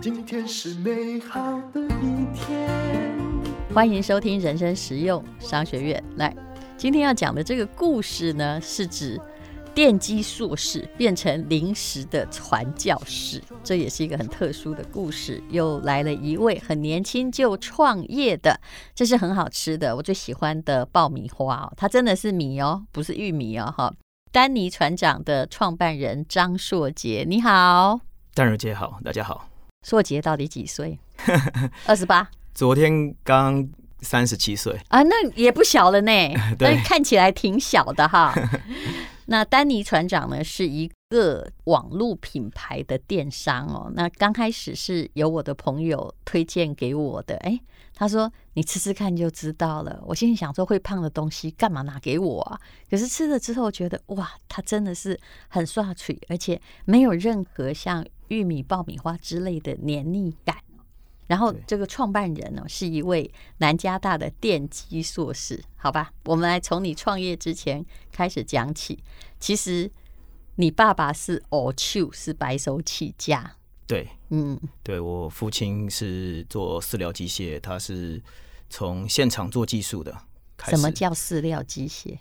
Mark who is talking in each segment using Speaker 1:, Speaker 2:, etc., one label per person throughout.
Speaker 1: 今天是美好的一天。
Speaker 2: 欢迎收听《人生实用商学院》。来，今天要讲的这个故事呢，是指电机硕士变成临时的传教士，这也是一个很特殊的故事。又来了一位很年轻就创业的，这是很好吃的，我最喜欢的爆米花哦，它真的是米哦，不是玉米哦，哈。丹尼船长的创办人张硕杰，你好，
Speaker 3: 淡如姐好，大家好。
Speaker 2: 硕杰到底几岁？二十八。
Speaker 3: 昨天刚三十七岁，，
Speaker 2: 啊，那也不小了呢但
Speaker 3: 对
Speaker 2: 是看起来挺小的哈。那丹尼船长呢，是一个网络品牌的电商哦。那刚开始是由我的朋友推荐给我的，哎，他说你吃吃看就知道了。我心里想说，会胖的东西干嘛拿给我啊？可是吃了之后觉得，哇，它真的是很刷嘴，而且没有任何像玉米、爆米花之类的黏腻感。然后
Speaker 3: 对
Speaker 2: 这个创办人呢、是一位南加大的电机硕士，好吧？我们来从你创业之前开始讲起。其实你爸爸是 o c h 是白手起家，
Speaker 3: 对
Speaker 2: 嗯，
Speaker 3: 对，我父亲是做饲料机械，他是从现场做技术的开始。
Speaker 2: 什么叫饲料机械？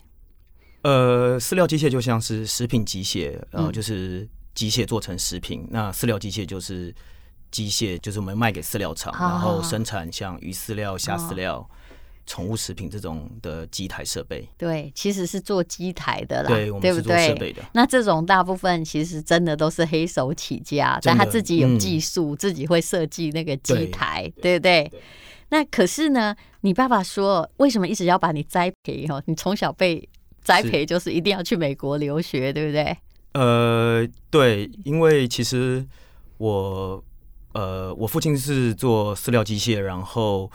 Speaker 3: 呃，饲料机械就像是食品机械，然
Speaker 2: 嗯
Speaker 3: 后就是机械做成食品。那饲料机械就是机械，就是我们卖给饲料厂，
Speaker 2: 好好
Speaker 3: 然后
Speaker 2: 好
Speaker 3: 生产像鱼饲料、虾
Speaker 2: 哦
Speaker 3: 饲料、宠物食品这种的机台设备。
Speaker 2: 对，其实是做机台的啦，
Speaker 3: 对，我们
Speaker 2: 不
Speaker 3: 是做设
Speaker 2: 对？
Speaker 3: 备的。
Speaker 2: 那这种大部分其实真的都是黑手起家，
Speaker 3: 真
Speaker 2: 但
Speaker 3: 的
Speaker 2: 他自己有
Speaker 3: 嗯
Speaker 2: 技术，自己会设计那个机
Speaker 3: 对
Speaker 2: 台，对不对？那可是呢，你爸爸说，为什么一直要把你栽培？哦，你从小被栽
Speaker 3: 是
Speaker 2: 培就是一定要去美国留学，对不对？
Speaker 3: 呃，对，因为其实我呃，我父亲是做饲料机械，然后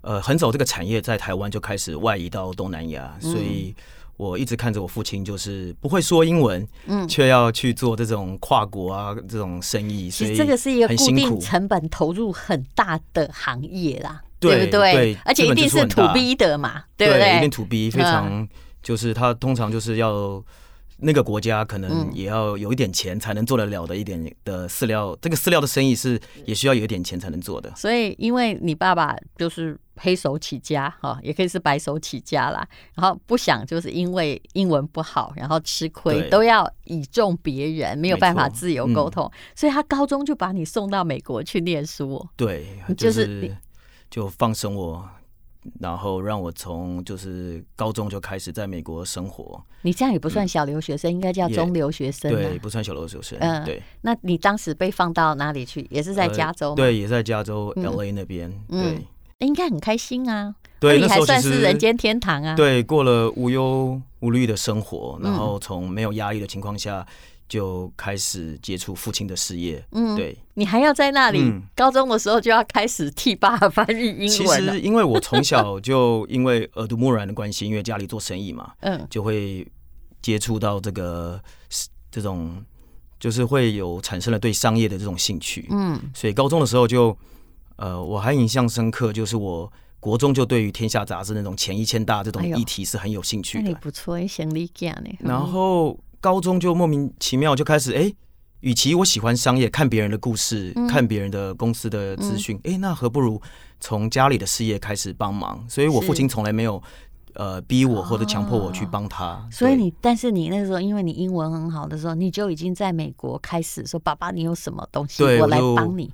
Speaker 3: 呃，很早这个产业在台湾就开始外移到东南亚，所以我一直看着我父亲，就是不会说英文，
Speaker 2: 嗯
Speaker 3: 却要去做这种跨国啊这种生意，所
Speaker 2: 其实
Speaker 3: 以
Speaker 2: 这个是一个
Speaker 3: 很
Speaker 2: 固
Speaker 3: 辛
Speaker 2: 定
Speaker 3: 苦。
Speaker 2: 成本投入很大的行业啦，
Speaker 3: 对
Speaker 2: 不对？
Speaker 3: 对
Speaker 2: 而且一定是
Speaker 3: 资本支
Speaker 2: 土
Speaker 3: 出很大
Speaker 2: B 的嘛，对不
Speaker 3: 一
Speaker 2: 对？嗯
Speaker 3: 定 to B 非常，就是他通常就是要那个国家可
Speaker 2: 嗯
Speaker 3: 能也要有一点钱才能做得了的一点的饲料，这个饲料的生意是也需要有一点钱才能做的。
Speaker 2: 所以，因为你爸爸就是黑手起家哈，也可以是白手起家啦。然后不想就是因为英文不好，然后吃亏，
Speaker 3: 对
Speaker 2: 都要倚重别人，没有办法
Speaker 3: 没错嗯
Speaker 2: 自由沟通。所以他高中就把你送到美国去念书哦。
Speaker 3: 对，
Speaker 2: 就
Speaker 3: 就是是就放生我，然后让我从就是高中就开始在美国生活，
Speaker 2: 你这样也不算小留学生，应该叫
Speaker 3: 嗯也
Speaker 2: 中留学生
Speaker 3: 对，
Speaker 2: 啊。
Speaker 3: 不算小留学生，
Speaker 2: 嗯
Speaker 3: 对，
Speaker 2: 那你当时被放到哪里去？也是在
Speaker 3: 呃
Speaker 2: 加州吗？，
Speaker 3: 对，也在加州
Speaker 2: 嗯
Speaker 3: L A 那边，
Speaker 2: 嗯
Speaker 3: 对，
Speaker 2: 应该很开心啊。
Speaker 3: 对，
Speaker 2: 那
Speaker 3: 那
Speaker 2: 你
Speaker 3: 时
Speaker 2: 还
Speaker 3: 候
Speaker 2: 算
Speaker 3: 其
Speaker 2: 是
Speaker 3: 实
Speaker 2: 人间天堂啊。，
Speaker 3: 对，过了无忧无虑的生活，然
Speaker 2: 嗯
Speaker 3: 后从没有压力的情况下，就开始接触父亲的事业。
Speaker 2: 嗯，
Speaker 3: 对，
Speaker 2: 你还要在那里、
Speaker 3: 嗯
Speaker 2: 高中的时候就要开始替爸爸翻译英
Speaker 3: 其
Speaker 2: 文啊了。
Speaker 3: 实因为我从小就因为耳濡目染的关系，因为家里做生意嘛，
Speaker 2: 嗯，
Speaker 3: 就会接触到这个这种，就是会有产生了对商业的这种兴趣。
Speaker 2: 嗯，
Speaker 3: 所以高中的时候就，呃，我还印象深刻，就是我国中就对于《天下》杂志那种前一千大这种
Speaker 2: 哎呦
Speaker 3: 议题是很有兴
Speaker 2: 那
Speaker 3: 趣的。
Speaker 2: 你不错，你行李架呢。嗯
Speaker 3: 然后高中就莫名其妙就开始哎。诶与其我喜欢商业，看别人的故事，
Speaker 2: 嗯
Speaker 3: 看别人的公司的资讯，哎、那何不如从家里的事业开始帮忙？所以我
Speaker 2: 是
Speaker 3: 父亲从来没有呃逼我或者强迫我
Speaker 2: 哦
Speaker 3: 去帮他，
Speaker 2: 所以
Speaker 3: 对
Speaker 2: 你，但是你那时候，因为你英文很好的时候，你就已经在美国开始说：“爸爸，你有什么东西，
Speaker 3: 对
Speaker 2: 我
Speaker 3: 我
Speaker 2: 来
Speaker 3: 就
Speaker 2: 帮你。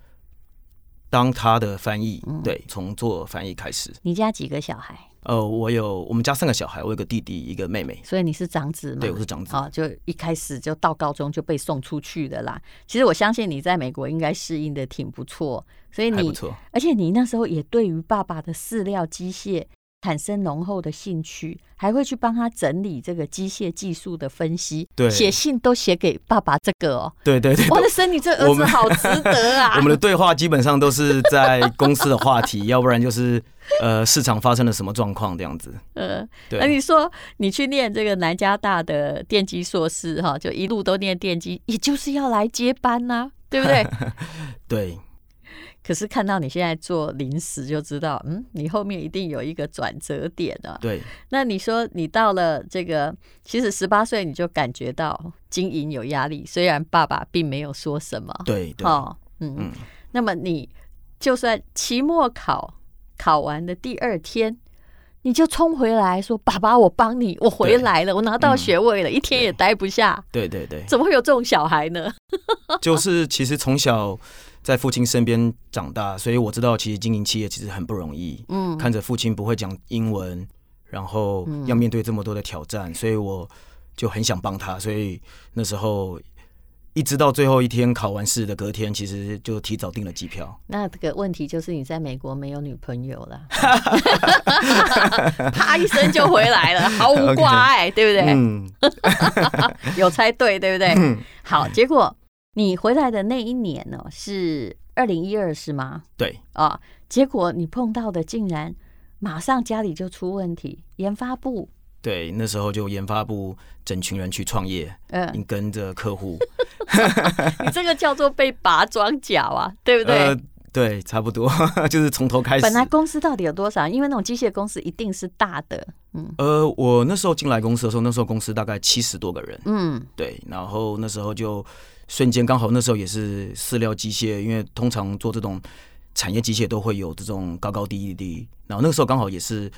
Speaker 3: 当他的翻译，
Speaker 2: 嗯
Speaker 3: 对，从做翻译开始。”
Speaker 2: 你家几个小孩？
Speaker 3: 呃，我有我们家三个小孩，我有个弟弟，一个妹妹，
Speaker 2: 所以你是长子吗？
Speaker 3: 对我是长子。
Speaker 2: 嗯好、就一开始就到高中就被送出去的啦。其实我相信你在美国应该适应的挺不错，所以
Speaker 3: 还不
Speaker 2: 你，
Speaker 3: 错，
Speaker 2: 而且你那时候也对于爸爸的饲料机械产生浓厚的兴趣，还会去帮他整理这个机械技术的分析，
Speaker 3: 对
Speaker 2: 写信都写给爸爸这个哦。
Speaker 3: 对对 对。
Speaker 2: 哇，那生你这儿
Speaker 3: 我
Speaker 2: 子
Speaker 3: 们
Speaker 2: 好值得啊！
Speaker 3: 我们的对话基本上都是在公司的话题，要不然就是呃市场发生了什么状况这样子。
Speaker 2: 呃，
Speaker 3: 对，
Speaker 2: 那你说你去念这个南加大的电机硕士哈，就 一路都念电机，也就是要来接班呐、对不对？
Speaker 3: 对，
Speaker 2: 可是看到你现在做零食，就知道，嗯，你后面一定有一个转折点啊。
Speaker 3: 对，
Speaker 2: 那你说你到了这个，其实十八岁你就感觉到经营有压力，虽然爸爸并没有说什么。
Speaker 3: 对，对，
Speaker 2: 哦，嗯，嗯
Speaker 3: 嗯
Speaker 2: 那么你就算期末考考完的第二天，你就冲回来说：“爸爸，我帮你，我回
Speaker 3: 对
Speaker 2: 来了，我拿到
Speaker 3: 嗯
Speaker 2: 学位了，一天也待不下。
Speaker 3: 对，对，对”，
Speaker 2: 怎么会有这种小孩呢？
Speaker 3: 就是其实从小在父亲身边长大，所以我知道其实经营企业其实很不容易。
Speaker 2: 嗯，
Speaker 3: 看着父亲不会讲英文，然后要面对这么多的挑战，所以我就很想帮他。所以那时候一直到最后一天考完试的隔天，其实就提早订了机票。
Speaker 2: 那这个问题就是你在美国没有女朋友 了，啪一声就回来了，毫无挂碍，对不对？
Speaker 3: 嗯，
Speaker 2: 有猜对，对不对？好，结果你回来的那一年哦，是二零一二是吗？
Speaker 3: 对
Speaker 2: 啊、结果你碰到的竟然马上家里就出问题，研发部，
Speaker 3: 对，那时候就研发部整群人去创业，
Speaker 2: 呃，
Speaker 3: 你跟着客户，
Speaker 2: 你这个叫做被拔庄脚啊，对不 对？
Speaker 3: 呃，对，差不多 就是从头开始。
Speaker 2: 本来公司到底有多少？因为那种机械公司一定是大的，嗯
Speaker 3: 呃，我那时候进来公司的时候，那时候公司大概七十多个人，
Speaker 2: 嗯
Speaker 3: 对，然后那时候就瞬间刚好那时候也是饲料机械，因为通常做这种产业机械都会有这种高高低低，然后那个时候刚好也是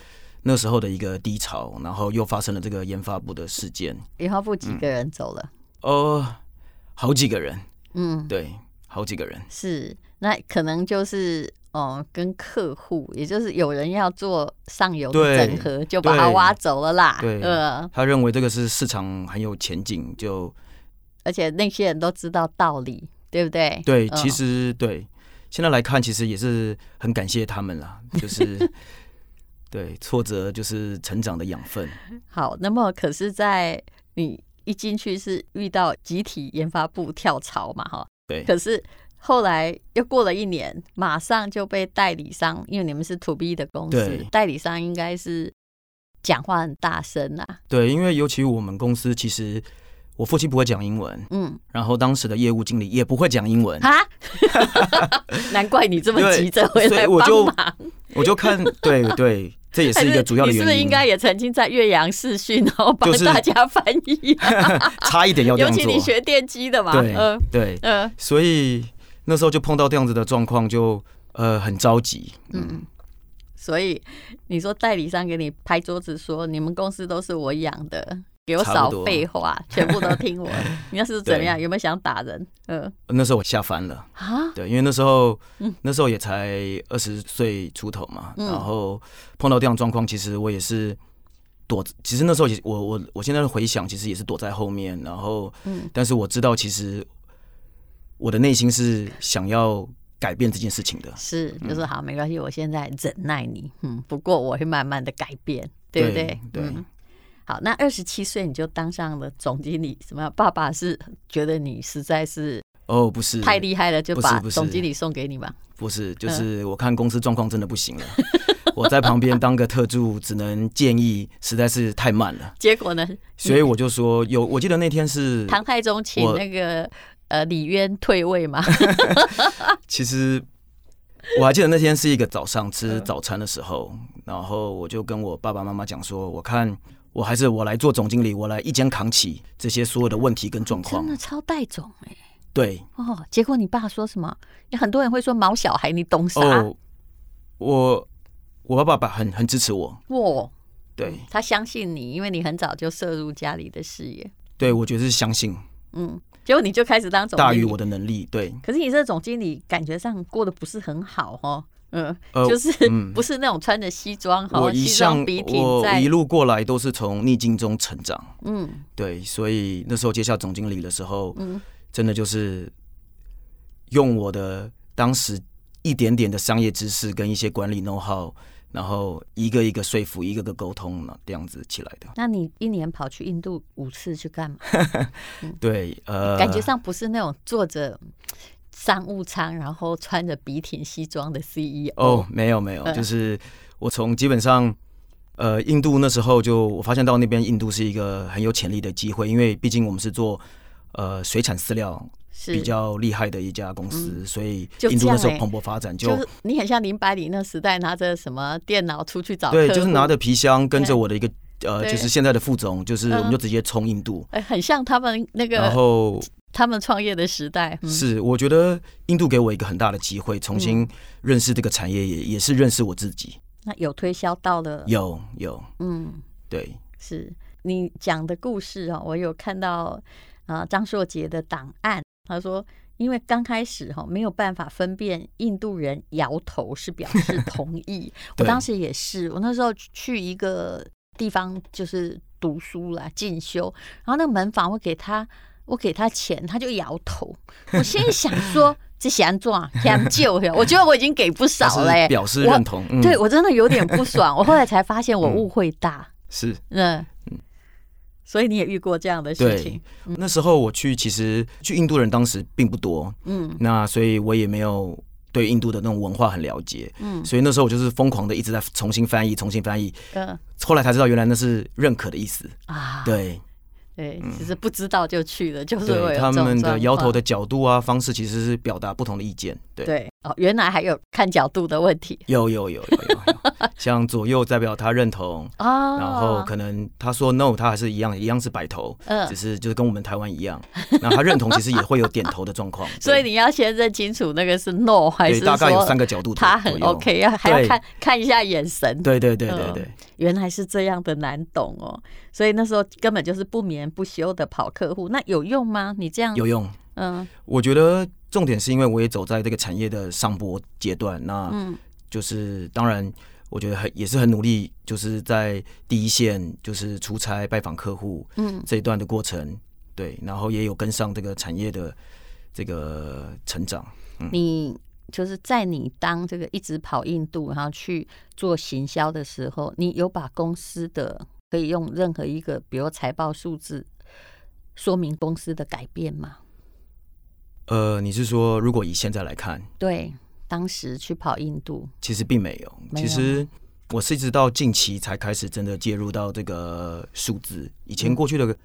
Speaker 3: 那时候的一个低潮，然后又发生了这个研发部的事件，
Speaker 2: 研发部几个人走了，
Speaker 3: 呃，好几个人，
Speaker 2: 嗯，
Speaker 3: 对，好几个人，
Speaker 2: 是，那可能就是哦，跟客户，也就是有人要做上游的
Speaker 3: 对
Speaker 2: 整合，就把他
Speaker 3: 对
Speaker 2: 挖走了啦。
Speaker 3: 对
Speaker 2: 呃，
Speaker 3: 他认为这个是市场很有前景，就
Speaker 2: 而且那些人都知道道理，对不对？
Speaker 3: 对，
Speaker 2: 嗯
Speaker 3: 其实对，现在来看其实也是很感谢他们 啦，就是对挫折就是成长的养 分。
Speaker 2: 好，那么可是，在你一进去是遇到集体研发部跳槽嘛，哈，
Speaker 3: 对
Speaker 2: 可是后来又过了一年，马上就被代理商，因为你们是 to B 的公司
Speaker 3: 对，
Speaker 2: 代理商应该是讲话很大声啊，
Speaker 3: 对，因为尤其我们公司其实我父亲不会讲英文，
Speaker 2: 嗯，
Speaker 3: 然后当时的业务经理也不会讲英文，
Speaker 2: 哈， 难怪你这么
Speaker 3: 嗯对
Speaker 2: 急着回
Speaker 3: 所
Speaker 2: 来
Speaker 3: 以
Speaker 2: 帮
Speaker 3: 我就
Speaker 2: 忙，
Speaker 3: 我就 看对对，这也
Speaker 2: 还
Speaker 3: 是一个主要的
Speaker 2: 你
Speaker 3: 原因，
Speaker 2: 是不是应该也曾经在岳阳视讯，然后帮
Speaker 3: 就是
Speaker 2: 大家翻译啊、
Speaker 3: 差一点要这
Speaker 2: 尤
Speaker 3: 样
Speaker 2: 其你
Speaker 3: 做，
Speaker 2: 学电机的嘛，
Speaker 3: 对、
Speaker 2: 嗯
Speaker 3: 对，
Speaker 2: 嗯
Speaker 3: 所以那时候就碰到这样子的状况，就呃很着急，
Speaker 2: 嗯，所以你说代理商给你拍桌子说你们公司都是我养的，给我
Speaker 3: 差
Speaker 2: 少
Speaker 3: 不多
Speaker 2: 废话，全部都听我。你那是怎么样？
Speaker 3: 对
Speaker 2: 有没有想打人？嗯
Speaker 3: 那时候我吓翻了。
Speaker 2: 啊，
Speaker 3: 对，因为那时候，那时候也才二十岁出头嘛，
Speaker 2: 嗯
Speaker 3: 然后碰到这样状况，其实我也是躲。其实那时候也是，我我我现在回想，其实也是躲在后面，然后，
Speaker 2: 嗯
Speaker 3: 但是我知道，其实我的内心是想要改变这件事情的。
Speaker 2: 是，就是
Speaker 3: 嗯
Speaker 2: 好，没关系，我现在忍耐你。嗯，不过我会慢慢的改变，对不对
Speaker 3: 对？对
Speaker 2: 嗯。好，那二十七岁你就当上了总经理，什么？爸爸是觉得你实在是
Speaker 3: 哦，不是，
Speaker 2: 太厉害了，就
Speaker 3: 不是
Speaker 2: 把
Speaker 3: 不是
Speaker 2: 总经理送给你嘛。
Speaker 3: 不是，就是
Speaker 2: 嗯
Speaker 3: 我看公司状况真的不行了，我在旁边当个特助，只能建议，实在是太慢了，
Speaker 2: 结果呢，
Speaker 3: 所以我就说有，我记得那天是
Speaker 2: 唐太宗请
Speaker 3: 我
Speaker 2: 那个呃李渊退位嘛，
Speaker 3: 其实我还记得那天是一个早上
Speaker 2: 嗯
Speaker 3: 吃早餐的时候，然后我就跟我爸爸妈妈讲说，我看我还是我来做总经理，我来一肩扛起这些所有的问题跟状
Speaker 2: 哦
Speaker 3: 况
Speaker 2: 真。的超带种哎、
Speaker 3: 对，
Speaker 2: 哦，结果你爸说什么？有很多人会说毛小孩，你懂啥？
Speaker 3: 哦，我我爸爸很很支持我，
Speaker 2: 哇，
Speaker 3: 对
Speaker 2: 他相信你，因为你很早就涉入家里的事业，
Speaker 3: 对，我觉得是相信
Speaker 2: 嗯，结果你就开始当总经理。
Speaker 3: 大于我的能力。对，
Speaker 2: 可是你这总经理感觉上过得不是很好哦，嗯，
Speaker 3: 呃
Speaker 2: 就是、
Speaker 3: 嗯
Speaker 2: 不是那种穿着西装哈，
Speaker 3: 我一
Speaker 2: 西装
Speaker 3: 向
Speaker 2: 笔挺
Speaker 3: 我
Speaker 2: 在
Speaker 3: 一，路过来都是从逆境中成长。
Speaker 2: 嗯
Speaker 3: 对，所以那时候接下总经理的时候，
Speaker 2: 嗯
Speaker 3: 真的就是用我的当时一点点的商业知识跟一些管理 know how，然后一个一个说服，一个个沟通呢，这样子起来的。
Speaker 2: 那你一年跑去印度五次去干嘛？
Speaker 3: 对，呃，
Speaker 2: 嗯感觉上不是那种坐着商务舱，然后穿着笔挺西装的 E CEO
Speaker 3: 哦，没有没
Speaker 2: 嗯
Speaker 3: 有，就是我从基本上。呃，印度那时候就我发现到那边印度是一个很有潜力的机会，因为毕竟我们是做呃水产饲料
Speaker 2: 是嗯
Speaker 3: 比较厉害的一家公司，所以
Speaker 2: 就
Speaker 3: 印度
Speaker 2: 这样
Speaker 3: 那时
Speaker 2: 欸
Speaker 3: 候蓬勃发展就，
Speaker 2: 就是你很像林百里那时代拿着什么电脑出去找
Speaker 3: 对，
Speaker 2: 客
Speaker 3: 就是
Speaker 2: 户
Speaker 3: 拿着皮箱跟着我的一个呃，
Speaker 2: 哦对
Speaker 3: 就是现在的副总，就是我
Speaker 2: 嗯
Speaker 3: 们就直接冲印度，
Speaker 2: 哎，很像他们那个
Speaker 3: 然后
Speaker 2: 他们创业的时代，嗯、
Speaker 3: 是我觉得印度给我一个很大的机会，重新认识这个产业，也也是认识我自己，
Speaker 2: 那有推销到了，
Speaker 3: 有有
Speaker 2: 嗯，
Speaker 3: 对。
Speaker 2: 是你讲的故事哦，我有看到啊、呃张硕杰的档案，他说。因为刚开始哈、哦、没有办法分辨印度人摇头是表示 同意，我
Speaker 3: 对
Speaker 2: 当时也是，我那时候去一个地方就是读书啦进修，然后那个门房我给他我给他钱，他就摇头，我心里想 说这想做想救呀，我觉得我已经给不少
Speaker 3: 但是
Speaker 2: 了、欸，
Speaker 3: 表示
Speaker 2: 我
Speaker 3: 认同，嗯
Speaker 2: 对我真的有点不爽。我后来才发现我误会大，
Speaker 3: 是
Speaker 2: 嗯，所以你也遇过这样的事情
Speaker 3: 对，。那时候我去，其实去印度人当时并不多，
Speaker 2: 嗯
Speaker 3: 那所以我也没有对印度的那种文化很了解，
Speaker 2: 嗯
Speaker 3: 所以那时候我就是疯狂的一直在重新翻译，重新翻译，
Speaker 2: 嗯
Speaker 3: 后来才知道原来那是认可的意思。
Speaker 2: 啊，
Speaker 3: 对，嗯
Speaker 2: 对，其实不知道就去了，就是会有
Speaker 3: 对，他
Speaker 2: 这种
Speaker 3: 们的
Speaker 2: 状
Speaker 3: 摇头
Speaker 2: 况
Speaker 3: 的角度啊方式，其实是表达不同的意见。对，
Speaker 2: 对哦，原来还有看角度的问题
Speaker 3: 有有有有有 有，像左右代表他认同。
Speaker 2: 哦，
Speaker 3: 然后可能他说 no，他还是一样，一样是摆头，
Speaker 2: 嗯
Speaker 3: 只是就是跟我们台湾一 样，那他认同其实也会有点头的状况，对
Speaker 2: 所以你要先认清楚那个是 no 还
Speaker 3: 对
Speaker 2: 是
Speaker 3: 大概有
Speaker 2: 说
Speaker 3: 三个角度左，
Speaker 2: 他很
Speaker 3: 左右
Speaker 2: OK，要还要
Speaker 3: 对
Speaker 2: 看看一下眼神，
Speaker 3: 对对对对
Speaker 2: 嗯
Speaker 3: 对，
Speaker 2: 原来是这样的难懂哦，所以那时候根本就是不眠不休的跑客户，那有用吗？你这样
Speaker 3: 有用。
Speaker 2: 嗯
Speaker 3: 我觉得重点是因为我也走在这个产业的上坡阶段，那
Speaker 2: 嗯
Speaker 3: 就是当然，我觉得很也是很努力，就是在第一线，就是出差拜访客户
Speaker 2: 嗯
Speaker 3: 这一段的过程，对，然后也有跟上这个产业的这个成长。
Speaker 2: 你就是在你当这个一直跑印度，然后去做行销的时候，你有把公司的可以用任何一个，比如财报数字说明公司的改变吗？
Speaker 3: 呃，你是说如果以现在来看，
Speaker 2: 对，当时去跑印度，
Speaker 3: 其实并没有，
Speaker 2: 没有
Speaker 3: 其实我是一直到近期才开始真的介入到这个数字，以前过去的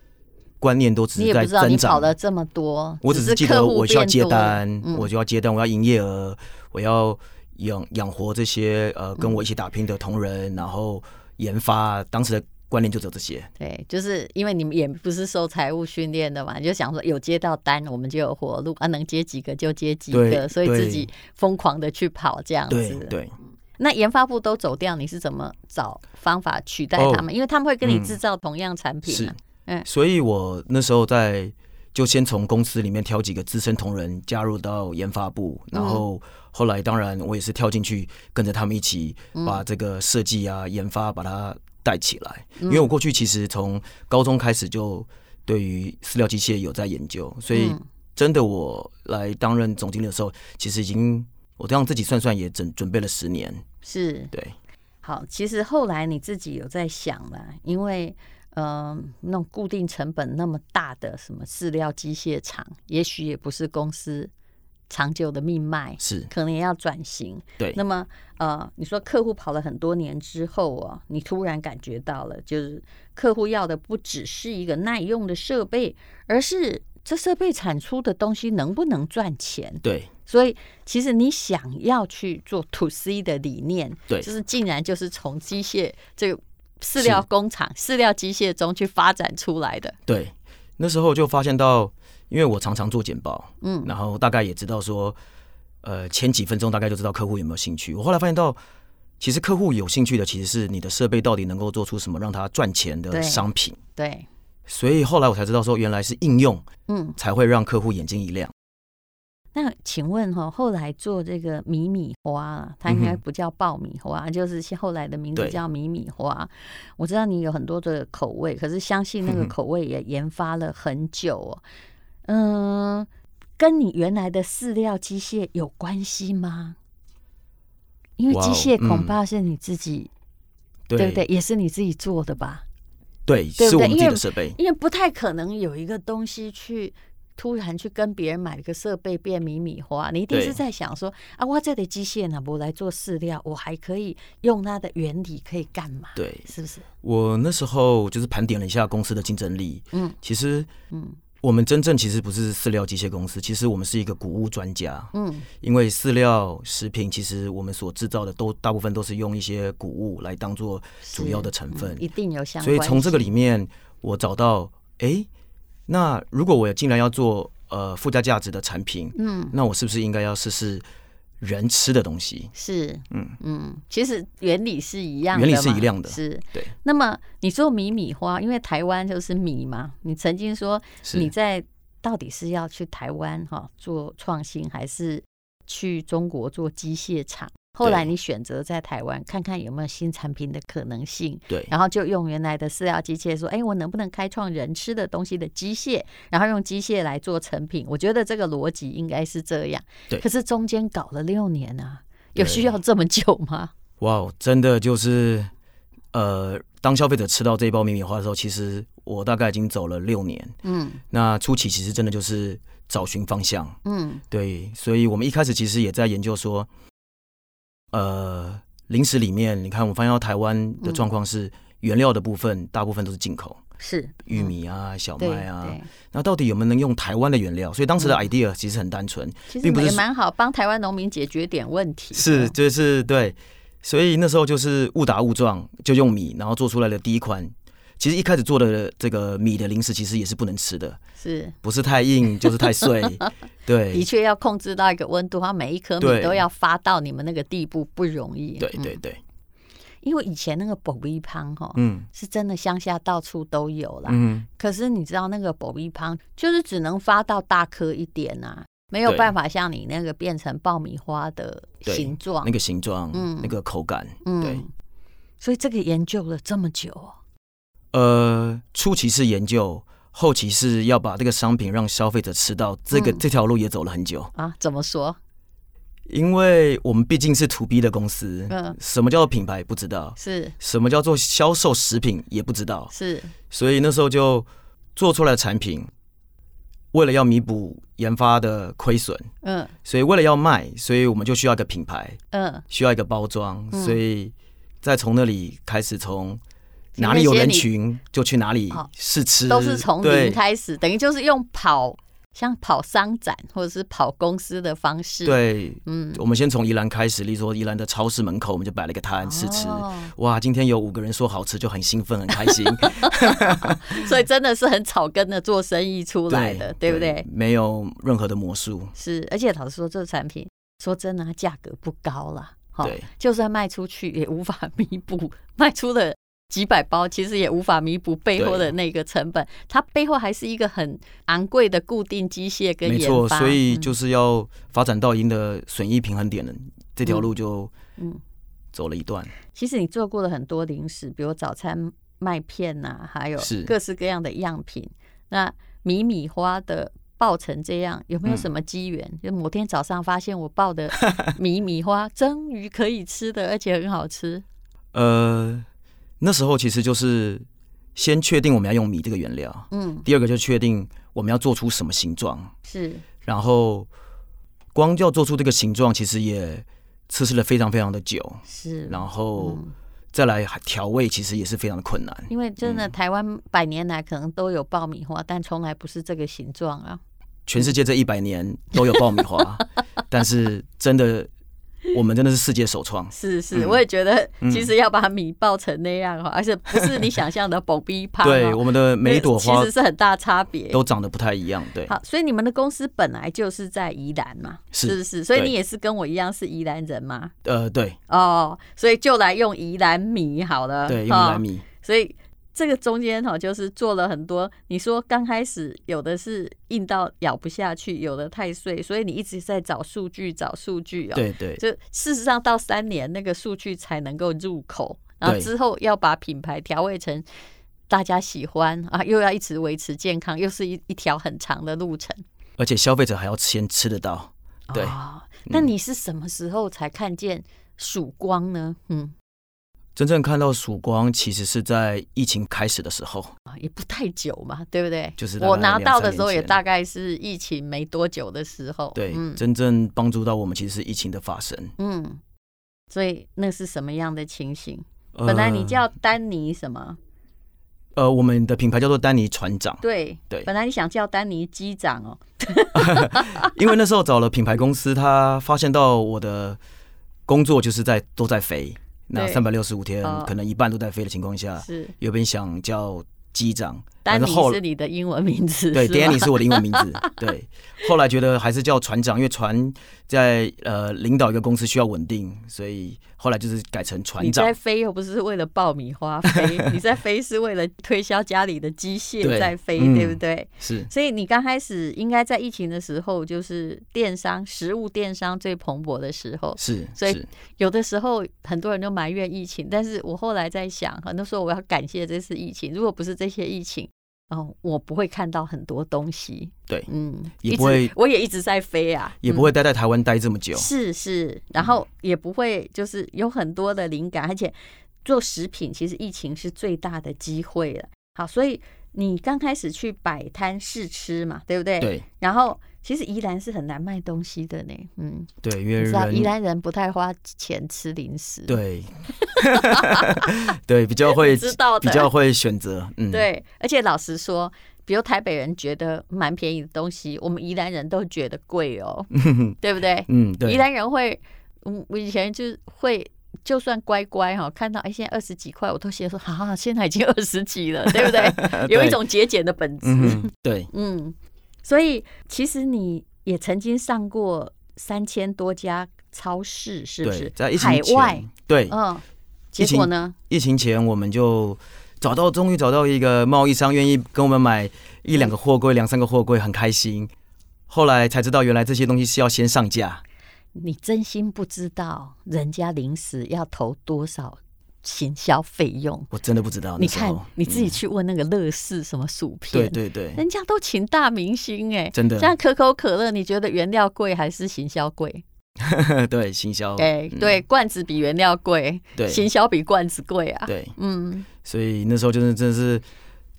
Speaker 3: 观念都
Speaker 2: 嗯
Speaker 3: 只
Speaker 2: 你也
Speaker 3: 是
Speaker 2: 不
Speaker 3: 在
Speaker 2: 知道你
Speaker 3: 增
Speaker 2: 跑
Speaker 3: 长。
Speaker 2: 了这么多，
Speaker 3: 我只
Speaker 2: 是
Speaker 3: 是记得
Speaker 2: 客户
Speaker 3: 我需要
Speaker 2: 变
Speaker 3: 接
Speaker 2: 多了
Speaker 3: 单，
Speaker 2: 嗯
Speaker 3: 我就要接单，我要营业额，我要养养活这些呃跟
Speaker 2: 嗯
Speaker 3: 我一起打拼的同仁，然后研发，当时的观念就只有这些。
Speaker 2: 对，就是因为你们也不是受财务训练的嘛，你就想说有接到单我们就有活路啊，能接几个就接几个，
Speaker 3: 对
Speaker 2: 所以自
Speaker 3: 对
Speaker 2: 己疯狂的去跑这样
Speaker 3: 对
Speaker 2: 子。
Speaker 3: 对，
Speaker 2: 那研发部都走掉，你是怎么找方法取代他们？因为他们会跟你制造同样产品、啊
Speaker 3: 是，所以我那时候在就先从公司里面挑几个资深同仁加入到研发部，
Speaker 2: 嗯
Speaker 3: 然后后来当然我也是跳进去跟着他们一起
Speaker 2: 嗯
Speaker 3: 把这个设计啊、研发把它带起来，
Speaker 2: 嗯
Speaker 3: 因为我过去其实从高中开始就对于饲料机械有在研究，所以
Speaker 2: 嗯
Speaker 3: 真的我来担任总经理的时候，其实已经我这样自己算算也准准备了十年，
Speaker 2: 是
Speaker 3: 对，
Speaker 2: 好，其实后来你自己有在想啦，因为呃，那种固定成本那么大的什么饲料机械厂，也许也不是公司长久的命脉，
Speaker 3: 是
Speaker 2: 可能也要转型。
Speaker 3: 对
Speaker 2: 那。么呃，你说客户跑了很多年之后哦，你突然感觉到了，就是客户要的不只是一个耐用的设备，而是这设备产出的东西能不能赚钱。
Speaker 3: 对
Speaker 2: 所以，其实你想要去做 to C 的理念，
Speaker 3: 对
Speaker 2: 就是竟然就是从机械这个饲料工厂、饲料机械中去发展出来的。
Speaker 3: 对，那时候就发现到，因为我常常做简报，
Speaker 2: 嗯
Speaker 3: 然后大概也知道说，呃，前几分钟大概就知道客户有没有兴趣。我后来发现到，其实客户有兴趣的其实是你的设备到底能够做出什么让他赚钱
Speaker 2: 对
Speaker 3: 的商品。
Speaker 2: 对，
Speaker 3: 所以后来我才知道说，原来是应用
Speaker 2: 嗯，
Speaker 3: 才会让客户眼睛一亮。
Speaker 2: 那请问哈、哦，后来做这个米米花啊，它应该
Speaker 3: 嗯哼
Speaker 2: 不叫爆米花，就是后来的名字
Speaker 3: 对
Speaker 2: 叫米米花。我知道你有很多的口味，可是相信那个
Speaker 3: 嗯哼
Speaker 2: 口味也研发了很久哦。嗯、跟你原来的饲料机械有关系吗？因为
Speaker 3: 哇
Speaker 2: 机
Speaker 3: 哦
Speaker 2: 械恐
Speaker 3: 嗯
Speaker 2: 怕是你自己，
Speaker 3: 对
Speaker 2: 对不对？也是你自己做的吧？
Speaker 3: 对
Speaker 2: 对
Speaker 3: 是我们
Speaker 2: 因
Speaker 3: 自己
Speaker 2: 为
Speaker 3: 的设备。
Speaker 2: 因为不太可能有一个东西去突然去跟别人买了个设备变米米花，你一定
Speaker 3: 对
Speaker 2: 是在想说啊，我这里机械呢，我来做饲料，我还可以用它的原理可以干嘛？
Speaker 3: 对
Speaker 2: 是不是？
Speaker 3: 我那时候就是盘点了一下公司的竞争力，
Speaker 2: 嗯
Speaker 3: 其实
Speaker 2: 嗯，
Speaker 3: 我们真正其实不是饲料机械公司，其实我们是一个谷物专家。
Speaker 2: 嗯，
Speaker 3: 因为饲料、食品，其实我们所制造的都大部分都是用一些谷物来当做主要的成分
Speaker 2: 嗯，一定有相
Speaker 3: 所
Speaker 2: 关
Speaker 3: 以
Speaker 2: 性。
Speaker 3: 从这个里面我找到，诶，那如果我竟然要做呃附加价值的产品，
Speaker 2: 嗯，
Speaker 3: 那我是不是应该要试试人吃的东西？
Speaker 2: 是，
Speaker 3: 嗯
Speaker 2: 嗯，其实原理是一样的嘛，
Speaker 3: 原理是一样的
Speaker 2: 是。
Speaker 3: 对，
Speaker 2: 那么你做米米花，因为台湾就是米嘛，你曾经说
Speaker 3: 是
Speaker 2: 你在到底是要去台湾哈、做创新，还是去中国做机械厂？后来
Speaker 3: 对
Speaker 2: 你选择在台湾看看有没有新产品的可能性，
Speaker 3: 对
Speaker 2: 然后就用原来的饲料机械说，哎，我能不能开创人吃的东西的机械，然后用机械来做成品？我觉得这个逻辑应该是这样。
Speaker 3: 对
Speaker 2: 可是中间搞了六年啊，有
Speaker 3: 对
Speaker 2: 需要这么久吗？
Speaker 3: 哇哦，真的就是，呃，当消费者吃到这一包米米花的时候，其实我大概已经走了六年。
Speaker 2: 嗯
Speaker 3: 那初期其实真的就是找寻方向，
Speaker 2: 嗯
Speaker 3: 对，所以我们一开始其实也在研究说，呃，零食里面，你看我发现到台湾的
Speaker 2: 嗯
Speaker 3: 状况是，原料的部分大部分都是进口，
Speaker 2: 是
Speaker 3: 玉
Speaker 2: 嗯
Speaker 3: 米啊、小
Speaker 2: 对
Speaker 3: 麦啊，
Speaker 2: 对，
Speaker 3: 那到底有没有能用台湾的原料？所以当时的
Speaker 2: 嗯
Speaker 3: idea 其实很单纯，
Speaker 2: 其实
Speaker 3: 并不
Speaker 2: 也
Speaker 3: 是
Speaker 2: 蛮好，帮台湾农民解决点问题的。
Speaker 3: 是，就是对，所以那时候就是误打误撞，就用米，然后做出来的第一款。其实一开始做的这个米的零食，其实也是不能吃的，
Speaker 2: 是，
Speaker 3: 不是太硬就是 太碎。对
Speaker 2: 的，确要控制到一个温度，它每一颗米
Speaker 3: 对
Speaker 2: 都要发到你们那个地步不容易。
Speaker 3: 对
Speaker 2: 嗯
Speaker 3: 对对，
Speaker 2: 因为以前那个保利汤哈，
Speaker 3: 嗯
Speaker 2: 是真的乡下到处都有啦。
Speaker 3: 嗯，
Speaker 2: 可是你知道那个保利汤就是只能发到大颗一点啊，没有
Speaker 3: 对
Speaker 2: 办法像你那个变成爆米花的
Speaker 3: 对
Speaker 2: 形状。
Speaker 3: 那个形状，
Speaker 2: 嗯
Speaker 3: 那个口感，对
Speaker 2: 嗯，所以这个研究了这么久哦，
Speaker 3: 呃，初期是研究，后期是要把这个商品让消费者吃到，这个、
Speaker 2: 嗯
Speaker 3: 这条路也走了很久。
Speaker 2: 啊，怎么说？
Speaker 3: 因为我们毕竟是 to B 的公司，
Speaker 2: 嗯
Speaker 3: 什么叫做品牌不知道，
Speaker 2: 是
Speaker 3: 什么叫做销售食品也不知道，
Speaker 2: 是，
Speaker 3: 所以那时候就做出来的产品，为了要弥补研发的亏损，
Speaker 2: 嗯
Speaker 3: 所以为了要卖，所以我们就需要一个品牌，
Speaker 2: 嗯，
Speaker 3: 需要一个包装，
Speaker 2: 嗯
Speaker 3: 所以再从那里开始从。
Speaker 2: 所以
Speaker 3: 哪里有
Speaker 2: 那些
Speaker 3: 人
Speaker 2: 你
Speaker 3: 群就去哪里
Speaker 2: 哦
Speaker 3: 试吃，
Speaker 2: 都是从
Speaker 3: 嗯对
Speaker 2: 零开始，等于就是用跑，像跑商展或者是跑公司的方式。，
Speaker 3: 对，
Speaker 2: 嗯，
Speaker 3: 我们先从宜兰开始，例如说宜兰的超市门口，我们就摆了一个摊试吃。
Speaker 2: 哦
Speaker 3: 哇，今天有五个人说好吃，就很兴奋，很开心。
Speaker 2: 所以真的是很草根的做生意出来的， 对不对？
Speaker 3: 没有任何的魔术。
Speaker 2: 是，而且老实说，这个产品说真的，它价格不高啦，哈
Speaker 3: 对，
Speaker 2: 就算卖出去也无法弥补，卖出了几百包，其实也无法弥补背后的那个成本，它背后还是一个很昂贵的固定机械跟
Speaker 3: 没
Speaker 2: 研
Speaker 3: 错，
Speaker 2: 发，
Speaker 3: 所以
Speaker 2: 嗯
Speaker 3: 就是要发展到赢的损益平衡点了，这条路就
Speaker 2: 嗯
Speaker 3: 走了一段。
Speaker 2: 其实你做过了很多零食，比如早餐麦片呐、还有
Speaker 3: 是
Speaker 2: 各式各样的样品。那米米花的爆成这样，有没有
Speaker 3: 嗯
Speaker 2: 什么机缘？就某天早上发现我爆 的米米花，蒸鱼可以吃的，而且很好吃。
Speaker 3: 呃，那时候其实就是先确定我们要用米这个原料，
Speaker 2: 嗯，
Speaker 3: 第二个就确定我们要做出什么形状，
Speaker 2: 是
Speaker 3: 然后光要做出这个形状，其实也测试了非常非常的久。
Speaker 2: 是，
Speaker 3: 然后
Speaker 2: 嗯
Speaker 3: 再来调味，其实也是非常的困难。
Speaker 2: 因为真的台湾百年来可能都有爆米花，但从来不是这个形状啊。
Speaker 3: 全世界这一百年都有爆米 花，但是真的，我们真的是世界首创。
Speaker 2: 是是，
Speaker 3: 嗯
Speaker 2: 我也觉得
Speaker 3: 嗯
Speaker 2: 其实要把米爆成那样哦哈，而且不是你想象的 爆逼胖哦，
Speaker 3: 对，我们的每一朵花
Speaker 2: 其实是很大差别。
Speaker 3: 都长得不太一样。对，
Speaker 2: 好，所以你们的公司本来就是在宜兰嘛，
Speaker 3: 是
Speaker 2: 不是？所以
Speaker 3: 对
Speaker 2: 你也是跟我一样是宜兰人嘛？
Speaker 3: 呃，对
Speaker 2: 哦，所以就来用宜兰米好了。
Speaker 3: 对，用
Speaker 2: 哦
Speaker 3: 来米，
Speaker 2: 所以这个中间哈，就是做了很多。你说刚开始有的是硬到咬不下去，有的太碎，所以你一直在找数据，找数据哦。。
Speaker 3: 对对
Speaker 2: 就事实上到三年那个数据才能够入口，然后
Speaker 3: 对
Speaker 2: 之后要把品牌调味成大家喜欢啊，又要一直维持健康，又是一一条很长的路程。
Speaker 3: 而且消费者还要先吃得到。对嗯
Speaker 2: 哦那你是什么时候才看见曙光呢？嗯，
Speaker 3: 真正看到曙光，其实是在疫情开始的时候。
Speaker 2: 啊，也不太久嘛，对不对？
Speaker 3: 就是大概
Speaker 2: 我拿
Speaker 3: 两
Speaker 2: 到
Speaker 3: 三
Speaker 2: 的
Speaker 3: 年
Speaker 2: 时候也
Speaker 3: 前
Speaker 2: 大概是疫情没多久的时候。
Speaker 3: 对，
Speaker 2: 嗯
Speaker 3: 真正帮助到我们，其实是疫情的发生。
Speaker 2: 嗯，嗯所以那是什么样的情形？本来你
Speaker 3: 呃
Speaker 2: 叫丹尼什么？
Speaker 3: 呃，我们的品牌叫做丹尼船 长，
Speaker 2: 对
Speaker 3: 对
Speaker 2: 本来你想叫丹尼机长哦，
Speaker 3: 因为那时候找了品牌公司，他发现到我的工作就是在都在飞，那
Speaker 2: 对
Speaker 3: 三百六十五天
Speaker 2: 哦
Speaker 3: 可能一半都在飞的情况下，
Speaker 2: 是
Speaker 3: 有本想叫机长，啊但
Speaker 2: 丹
Speaker 3: 是
Speaker 2: 尼
Speaker 3: 后
Speaker 2: 是你的英文名字，
Speaker 3: 对
Speaker 2: 是吗
Speaker 3: Danny 是我的英文名字，对，后来觉得还是叫船长，因为船在呃领导一个公司需要稳定，所以后来就是改成船
Speaker 2: 你在
Speaker 3: 长。
Speaker 2: 飞又不是为了爆米花飞， 你在飞是为了推销家里的机械
Speaker 3: 对
Speaker 2: 在飞，
Speaker 3: 嗯
Speaker 2: 对不对？
Speaker 3: 是
Speaker 2: 所以你刚开始应该在疫情的时候，就是电商、实物电商最蓬勃的时候。
Speaker 3: 是，
Speaker 2: 所以
Speaker 3: 是
Speaker 2: 有的时候很多人都埋怨疫情，但是我后来在想，很多时候我要感谢这次疫情，如果不是这些疫情，哦，我不会看到很多东西。
Speaker 3: 对
Speaker 2: 嗯，一
Speaker 3: 也
Speaker 2: 直
Speaker 3: 不会
Speaker 2: 我也一直在飞啊，
Speaker 3: 也不
Speaker 2: 嗯
Speaker 3: 会待在台湾待这么久。
Speaker 2: 是是，然后也不会就是有很多的灵感，而且做食品其实疫情是最大的机会了。好，所以你刚开始去摆摊试吃嘛，对不对？。
Speaker 3: 对
Speaker 2: 然后其实宜兰是很难卖东西的呢，嗯，
Speaker 3: 对，因为
Speaker 2: 你知道宜
Speaker 3: 人
Speaker 2: 兰人不太花钱吃零食，
Speaker 3: 对对比较会
Speaker 2: 知道的
Speaker 3: 比较会选择，嗯，
Speaker 2: 对，而且老实说。比如台北人觉得蛮便宜的东西，我们宜兰人都觉得贵哦，对不对？
Speaker 3: 嗯对
Speaker 2: 宜，兰人会，嗯，我以前就是会，就算乖乖哈，看到哎，现在二十几块，我都先说，哈、啊，现在已经二十几了，对不 对？有一种节俭的本质，
Speaker 3: 呃嗯
Speaker 2: 嗯
Speaker 3: 哼对
Speaker 2: 所以其实你也曾经上过三千多家超市，是不
Speaker 3: 对
Speaker 2: 是，？
Speaker 3: 在疫
Speaker 2: 海
Speaker 3: 情
Speaker 2: 外
Speaker 3: 前，，对
Speaker 2: 嗯，结
Speaker 3: 疫情
Speaker 2: 果呢？
Speaker 3: 疫情前我们就找到，终于找到一个贸易商愿意跟我们买一两个货柜、两三个货柜，很开心。后来才知道，原来这些东西是要先上架，
Speaker 2: 你真心不知道人家临时要投多少行销费用。
Speaker 3: 我真的不知道。
Speaker 2: 你
Speaker 3: 哦那时
Speaker 2: 看
Speaker 3: 候，
Speaker 2: 你自己
Speaker 3: 嗯
Speaker 2: 去问那个乐事什么薯片，
Speaker 3: 对对对，
Speaker 2: 人家都请大明星哎、
Speaker 3: 真的
Speaker 2: 像可口可乐，你觉得原料贵还是行销贵？
Speaker 3: 对行销，
Speaker 2: 哎、
Speaker 3: 嗯
Speaker 2: 对，罐子比原料贵，
Speaker 3: 对
Speaker 2: 行销比罐子贵啊。
Speaker 3: 对，
Speaker 2: 嗯，
Speaker 3: 所以那时候就是真的是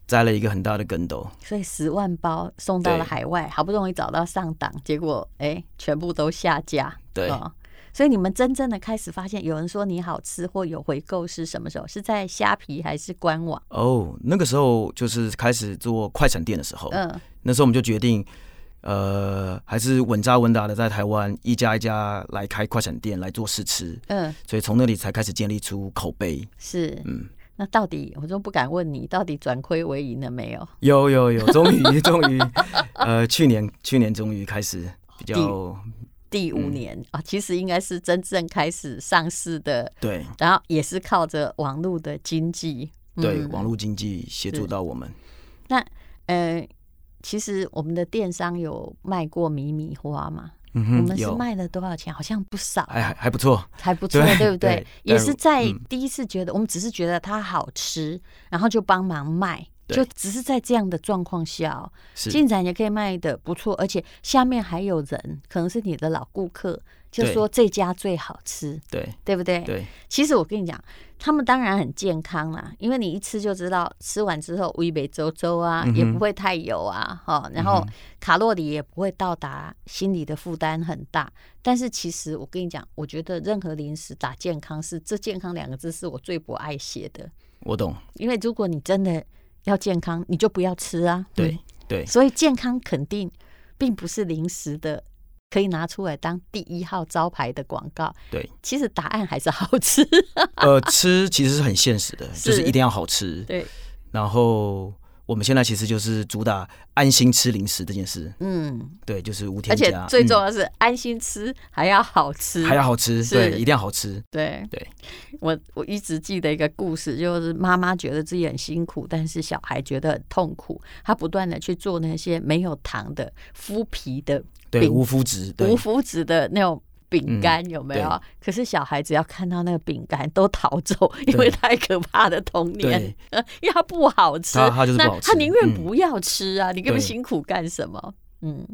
Speaker 3: 栽了一个很大的跟斗。
Speaker 2: 所以十万包送到了
Speaker 3: 对
Speaker 2: 海外，好不容易找到上档，结果哎、全部都下架。
Speaker 3: 对，
Speaker 2: 哦所以你们真正的开始发现，有人说你好吃或有回购是什么时候？是在虾皮还是官网？
Speaker 3: 哦，那个时候就是开始做快闪店的时候，
Speaker 2: 嗯，
Speaker 3: 那时候我们就决定，呃，还是稳扎稳打的在台湾一家一家来开快闪店来做试吃，
Speaker 2: 嗯，
Speaker 3: 所以从那里才开始建立出口碑。
Speaker 2: 是。
Speaker 3: 嗯，
Speaker 2: 那到底我都不敢问你，到底转亏为盈了没有？
Speaker 3: 有有 有，终于终于，呃，去 年去年终于开始比较
Speaker 2: 第五
Speaker 3: 嗯
Speaker 2: 年、啊，其实应该是真正开始上市的，
Speaker 3: 对
Speaker 2: 然后也是靠着网络的经济。
Speaker 3: 对
Speaker 2: 嗯
Speaker 3: 网络经济协助到我们。
Speaker 2: 呃，其实我们的电商有卖过米米花嘛，
Speaker 3: 嗯
Speaker 2: 我们
Speaker 3: 哼，
Speaker 2: 是
Speaker 3: 有
Speaker 2: 卖了多少钱？好像不少，
Speaker 3: 还还还不错，
Speaker 2: 还不错，
Speaker 3: 对
Speaker 2: 对不对
Speaker 3: 对？
Speaker 2: 也
Speaker 3: 但
Speaker 2: 是
Speaker 3: 是
Speaker 2: 在
Speaker 3: 嗯
Speaker 2: 第一次觉得，我们只是觉得它好吃，然后就帮忙卖。
Speaker 3: 对
Speaker 2: 就只是在这样的状况下、哦，
Speaker 3: 是
Speaker 2: 进展也可以卖的不错，而且下面还有人，可能是你的老顾客，就
Speaker 3: 对
Speaker 2: 说这家最好吃，
Speaker 3: 对
Speaker 2: 对不对？
Speaker 3: 对
Speaker 2: 其实我跟你讲，他们当然很健康啦，因为你一吃就知道，吃完之后微北周周啊，
Speaker 3: 嗯哼嗯
Speaker 2: 也不会太油啊，哈，然后卡路里也不会到达，心理的负担很大。但是其实我跟你讲，我觉得任何零食打健康是这“健康”两个字是我最不爱写的，
Speaker 3: 我懂，
Speaker 2: 因为如果你真的要健康，你就不要吃啊。
Speaker 3: 对
Speaker 2: 嗯
Speaker 3: 对
Speaker 2: 所以健康肯定并不是零食的。可以拿出来当第一号招牌的广告，
Speaker 3: 对，
Speaker 2: 其实答案还是好吃。
Speaker 3: 呃，吃其实是很现实的，就是
Speaker 2: 是
Speaker 3: 一定要好吃。
Speaker 2: 对，
Speaker 3: 然后我们现在其实就是主打安心吃零食这件事，
Speaker 2: 嗯，
Speaker 3: 对，就是无
Speaker 2: 而
Speaker 3: 添
Speaker 2: 且
Speaker 3: 加，
Speaker 2: 最重
Speaker 3: 嗯
Speaker 2: 要是安心吃，还要好吃。
Speaker 3: 还要好吃，
Speaker 2: 是
Speaker 3: 对，一定要好吃，
Speaker 2: 对
Speaker 3: 对，
Speaker 2: 我我一直记得一个故事，就是妈妈觉得自己很辛苦，但是小孩觉得很痛苦，他不断的去做那些没有糖的、麸皮的、
Speaker 3: 对，
Speaker 2: 饼
Speaker 3: 无麸质，对嗯
Speaker 2: 无，麸质的那种。饼干有没有？
Speaker 3: 对
Speaker 2: 可是小孩只要看到那个饼干都逃走，因为太可怕的童年
Speaker 3: 对，
Speaker 2: 因为它不好吃，
Speaker 3: 它它就是不
Speaker 2: 那
Speaker 3: 好吃
Speaker 2: 他宁愿
Speaker 3: 嗯
Speaker 2: 不要吃啊！你根本
Speaker 3: 对
Speaker 2: 辛苦干什么？嗯，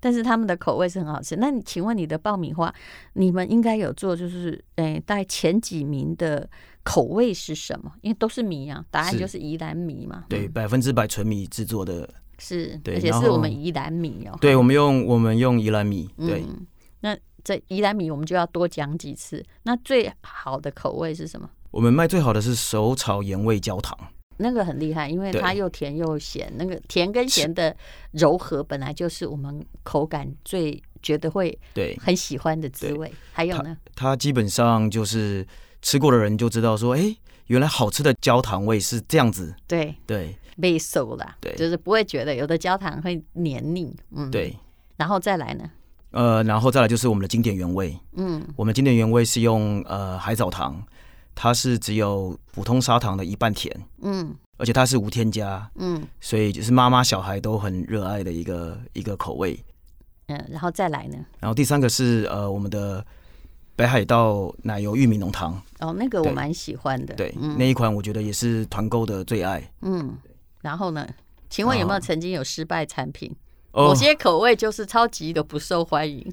Speaker 2: 但是他们的口味是很好吃。那你请问你的爆米花，你们应该有做就是诶、大概前几名的口味是什么？因为都是米啊，答案
Speaker 3: 是
Speaker 2: 就是宜兰米嘛。
Speaker 3: 对，
Speaker 2: 嗯
Speaker 3: 百分之百纯米制作的，
Speaker 2: 是，
Speaker 3: 对
Speaker 2: 而且
Speaker 3: 然
Speaker 2: 是我
Speaker 3: 后
Speaker 2: 们宜兰米哦、
Speaker 3: 对，我们用我们用宜兰米，对，
Speaker 2: 嗯，那这宜兰米我们就要多讲几次。那最好的口味是什么？
Speaker 3: 我们卖最好的是手炒盐味焦糖，
Speaker 2: 那个很厉害，因为
Speaker 3: 对
Speaker 2: 它又甜又咸，那个甜跟咸的柔和本来就是我们口感最觉得会
Speaker 3: 对，
Speaker 2: 很喜欢的滋
Speaker 3: 对
Speaker 2: 味。还有呢，
Speaker 3: 它基本上就是吃过的人就知道说，哎，原来好吃的焦糖味是这样子。
Speaker 2: 对，
Speaker 3: 对
Speaker 2: 被受啦，
Speaker 3: 对
Speaker 2: 就是不会觉得有的焦糖会黏腻，嗯，。
Speaker 3: 对，
Speaker 2: 然后再来呢，
Speaker 3: 呃，然后再来就是我们的经典原味，
Speaker 2: 嗯，
Speaker 3: 我们经典原味是用呃海藻糖，它是只有普通砂糖的一半甜，
Speaker 2: 嗯
Speaker 3: 而且它是无添加，
Speaker 2: 嗯
Speaker 3: 所以就是妈妈小孩都很热爱的一个一个口味。
Speaker 2: 嗯，然后再来呢，
Speaker 3: 然后第三个是呃我们的北海道奶油玉米浓糖，
Speaker 2: 哦，那个我
Speaker 3: 对
Speaker 2: 蛮喜欢的，
Speaker 3: 对，
Speaker 2: 嗯
Speaker 3: 那一款我觉得也是团购的最爱。
Speaker 2: 嗯。然后呢，请问有没有
Speaker 3: 啊
Speaker 2: 曾经有失败产品？
Speaker 3: 哦
Speaker 2: 某些口味就是超级的不受欢迎，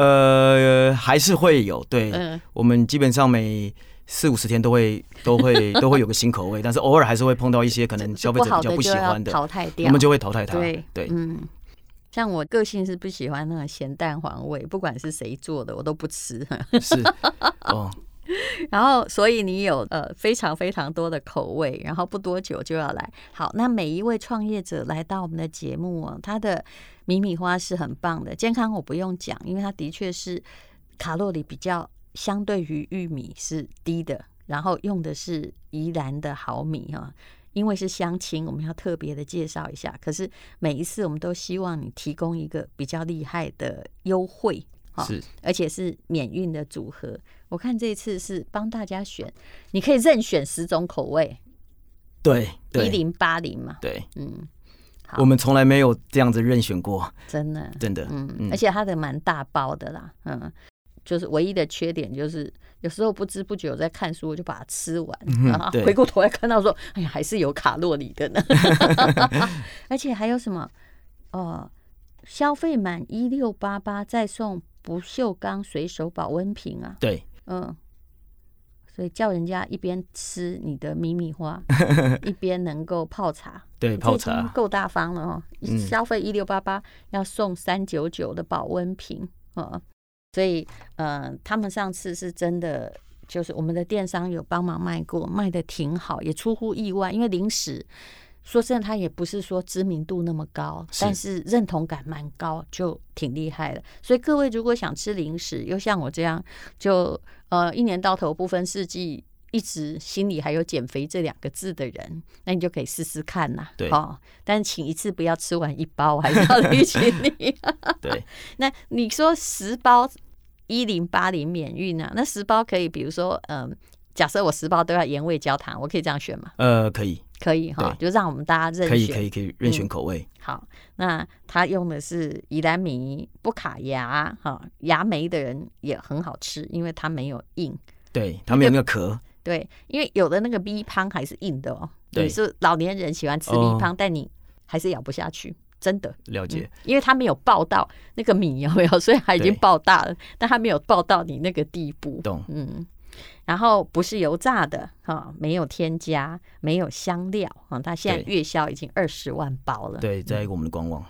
Speaker 3: 呃还是会有，对、
Speaker 2: 嗯，
Speaker 3: 我们基本上每。四五十天都会都 会都会有个新口味，但是偶尔还是会碰到一些可嗯能消费
Speaker 2: 不
Speaker 3: 者
Speaker 2: 好
Speaker 3: 比较
Speaker 2: 的
Speaker 3: 不
Speaker 2: 就
Speaker 3: 喜
Speaker 2: 要
Speaker 3: 欢的，
Speaker 2: 淘汰掉，
Speaker 3: 我们就会淘汰它。
Speaker 2: 对
Speaker 3: 对，
Speaker 2: 嗯。像我个性是不喜欢那种咸蛋黄味，不管是谁做的我都不吃。
Speaker 3: 是哦，
Speaker 2: 然后，所以你有呃非常非常多的口味，然后不多久就要来。好，那每一位创业者来到我们的节目哦，他的米米花是很棒的，健康我不用讲，因为它的确是卡路里比较相对于玉米是低的，然后用的是宜兰的好米哈、因为是相亲，我们要特别的介绍一下。可是每一次我们都希望你提供一个比较厉害的优惠， 好
Speaker 3: 是
Speaker 2: 而且是免运的组合。我看这次是帮大家选，你可以任选十种口味，
Speaker 3: 对
Speaker 2: 一
Speaker 3: 对
Speaker 2: 零八零嘛，
Speaker 3: 对，
Speaker 2: 嗯，好
Speaker 3: 我们从来没有这样子任选过，
Speaker 2: 真的，
Speaker 3: 真的。
Speaker 2: 嗯，
Speaker 3: 嗯
Speaker 2: 而且它的蛮大包的啦，嗯，就是唯一的缺点就是有时候不知不觉我在看书，我就把它吃完，
Speaker 3: 嗯哼
Speaker 2: 然后
Speaker 3: 对
Speaker 2: 回过头来看到说，哎呀，还是有卡路里的呢， 而且还有什么，呃，消费满一六八八再送不锈钢水手保温瓶啊，
Speaker 3: 对，
Speaker 2: 嗯，所以叫人家一边吃你的米米 花，一边能够泡茶，
Speaker 3: 对
Speaker 2: 这
Speaker 3: 泡
Speaker 2: 已经
Speaker 3: 茶
Speaker 2: 够大方了哦。
Speaker 3: 嗯
Speaker 2: 消费一六八八要送三九九的保温瓶哦、嗯所以呃，他们上次是真的。就是我们的电商有帮忙卖过，卖的挺好，也出乎意外。因为零食，说真的，它也不是说知名度那么高，
Speaker 3: 是
Speaker 2: 但是认同感蛮高，就挺厉害的。所以各位如果想吃零食，又像我这样就呃一年到头不分世纪，一直心里还有减肥这两个字的人，那你就可以试试看啦。
Speaker 3: 对
Speaker 2: 哦，但请一次不要吃完一包，我还是要提醒你。
Speaker 3: 对，
Speaker 2: 那你说十包一零八零免运啊？那十包可以，比如说嗯。假设我十包都要盐味焦糖，我可以这样选吗？
Speaker 3: 呃，可以，
Speaker 2: 可以哈，就让我们大家任选。嗯
Speaker 3: 可以，可以，可以任选口味。
Speaker 2: 好，那他用的是宜兰米不卡牙哈，牙没的人也很好吃，因为它没有硬。
Speaker 3: 对，他们有没有壳？
Speaker 2: 对，因为有的那个 B 汤还是硬的哦。
Speaker 3: 对
Speaker 2: 你是老年人喜欢吃 B
Speaker 3: 哦
Speaker 2: 汤，但你还是咬不下去，真的。
Speaker 3: 了解。
Speaker 2: 因为它没有爆到那个米有没有， 所以它已经
Speaker 3: 对
Speaker 2: 爆大了，但它没有爆到你那个地步。
Speaker 3: 懂
Speaker 2: 嗯，然后不是油炸的哈、没有添加，没有香料啊、它现在
Speaker 3: 对
Speaker 2: 月销已经二十万包了。
Speaker 3: 对，在我们的官网。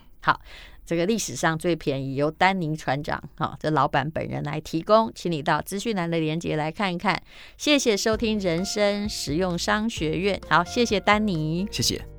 Speaker 2: 这个历史上最便宜，由丹尼船长哈、这老板本人来提供，请你到资讯栏的链接来看一看。谢谢收听人生实用商学院，好，谢谢丹尼。
Speaker 3: 谢谢。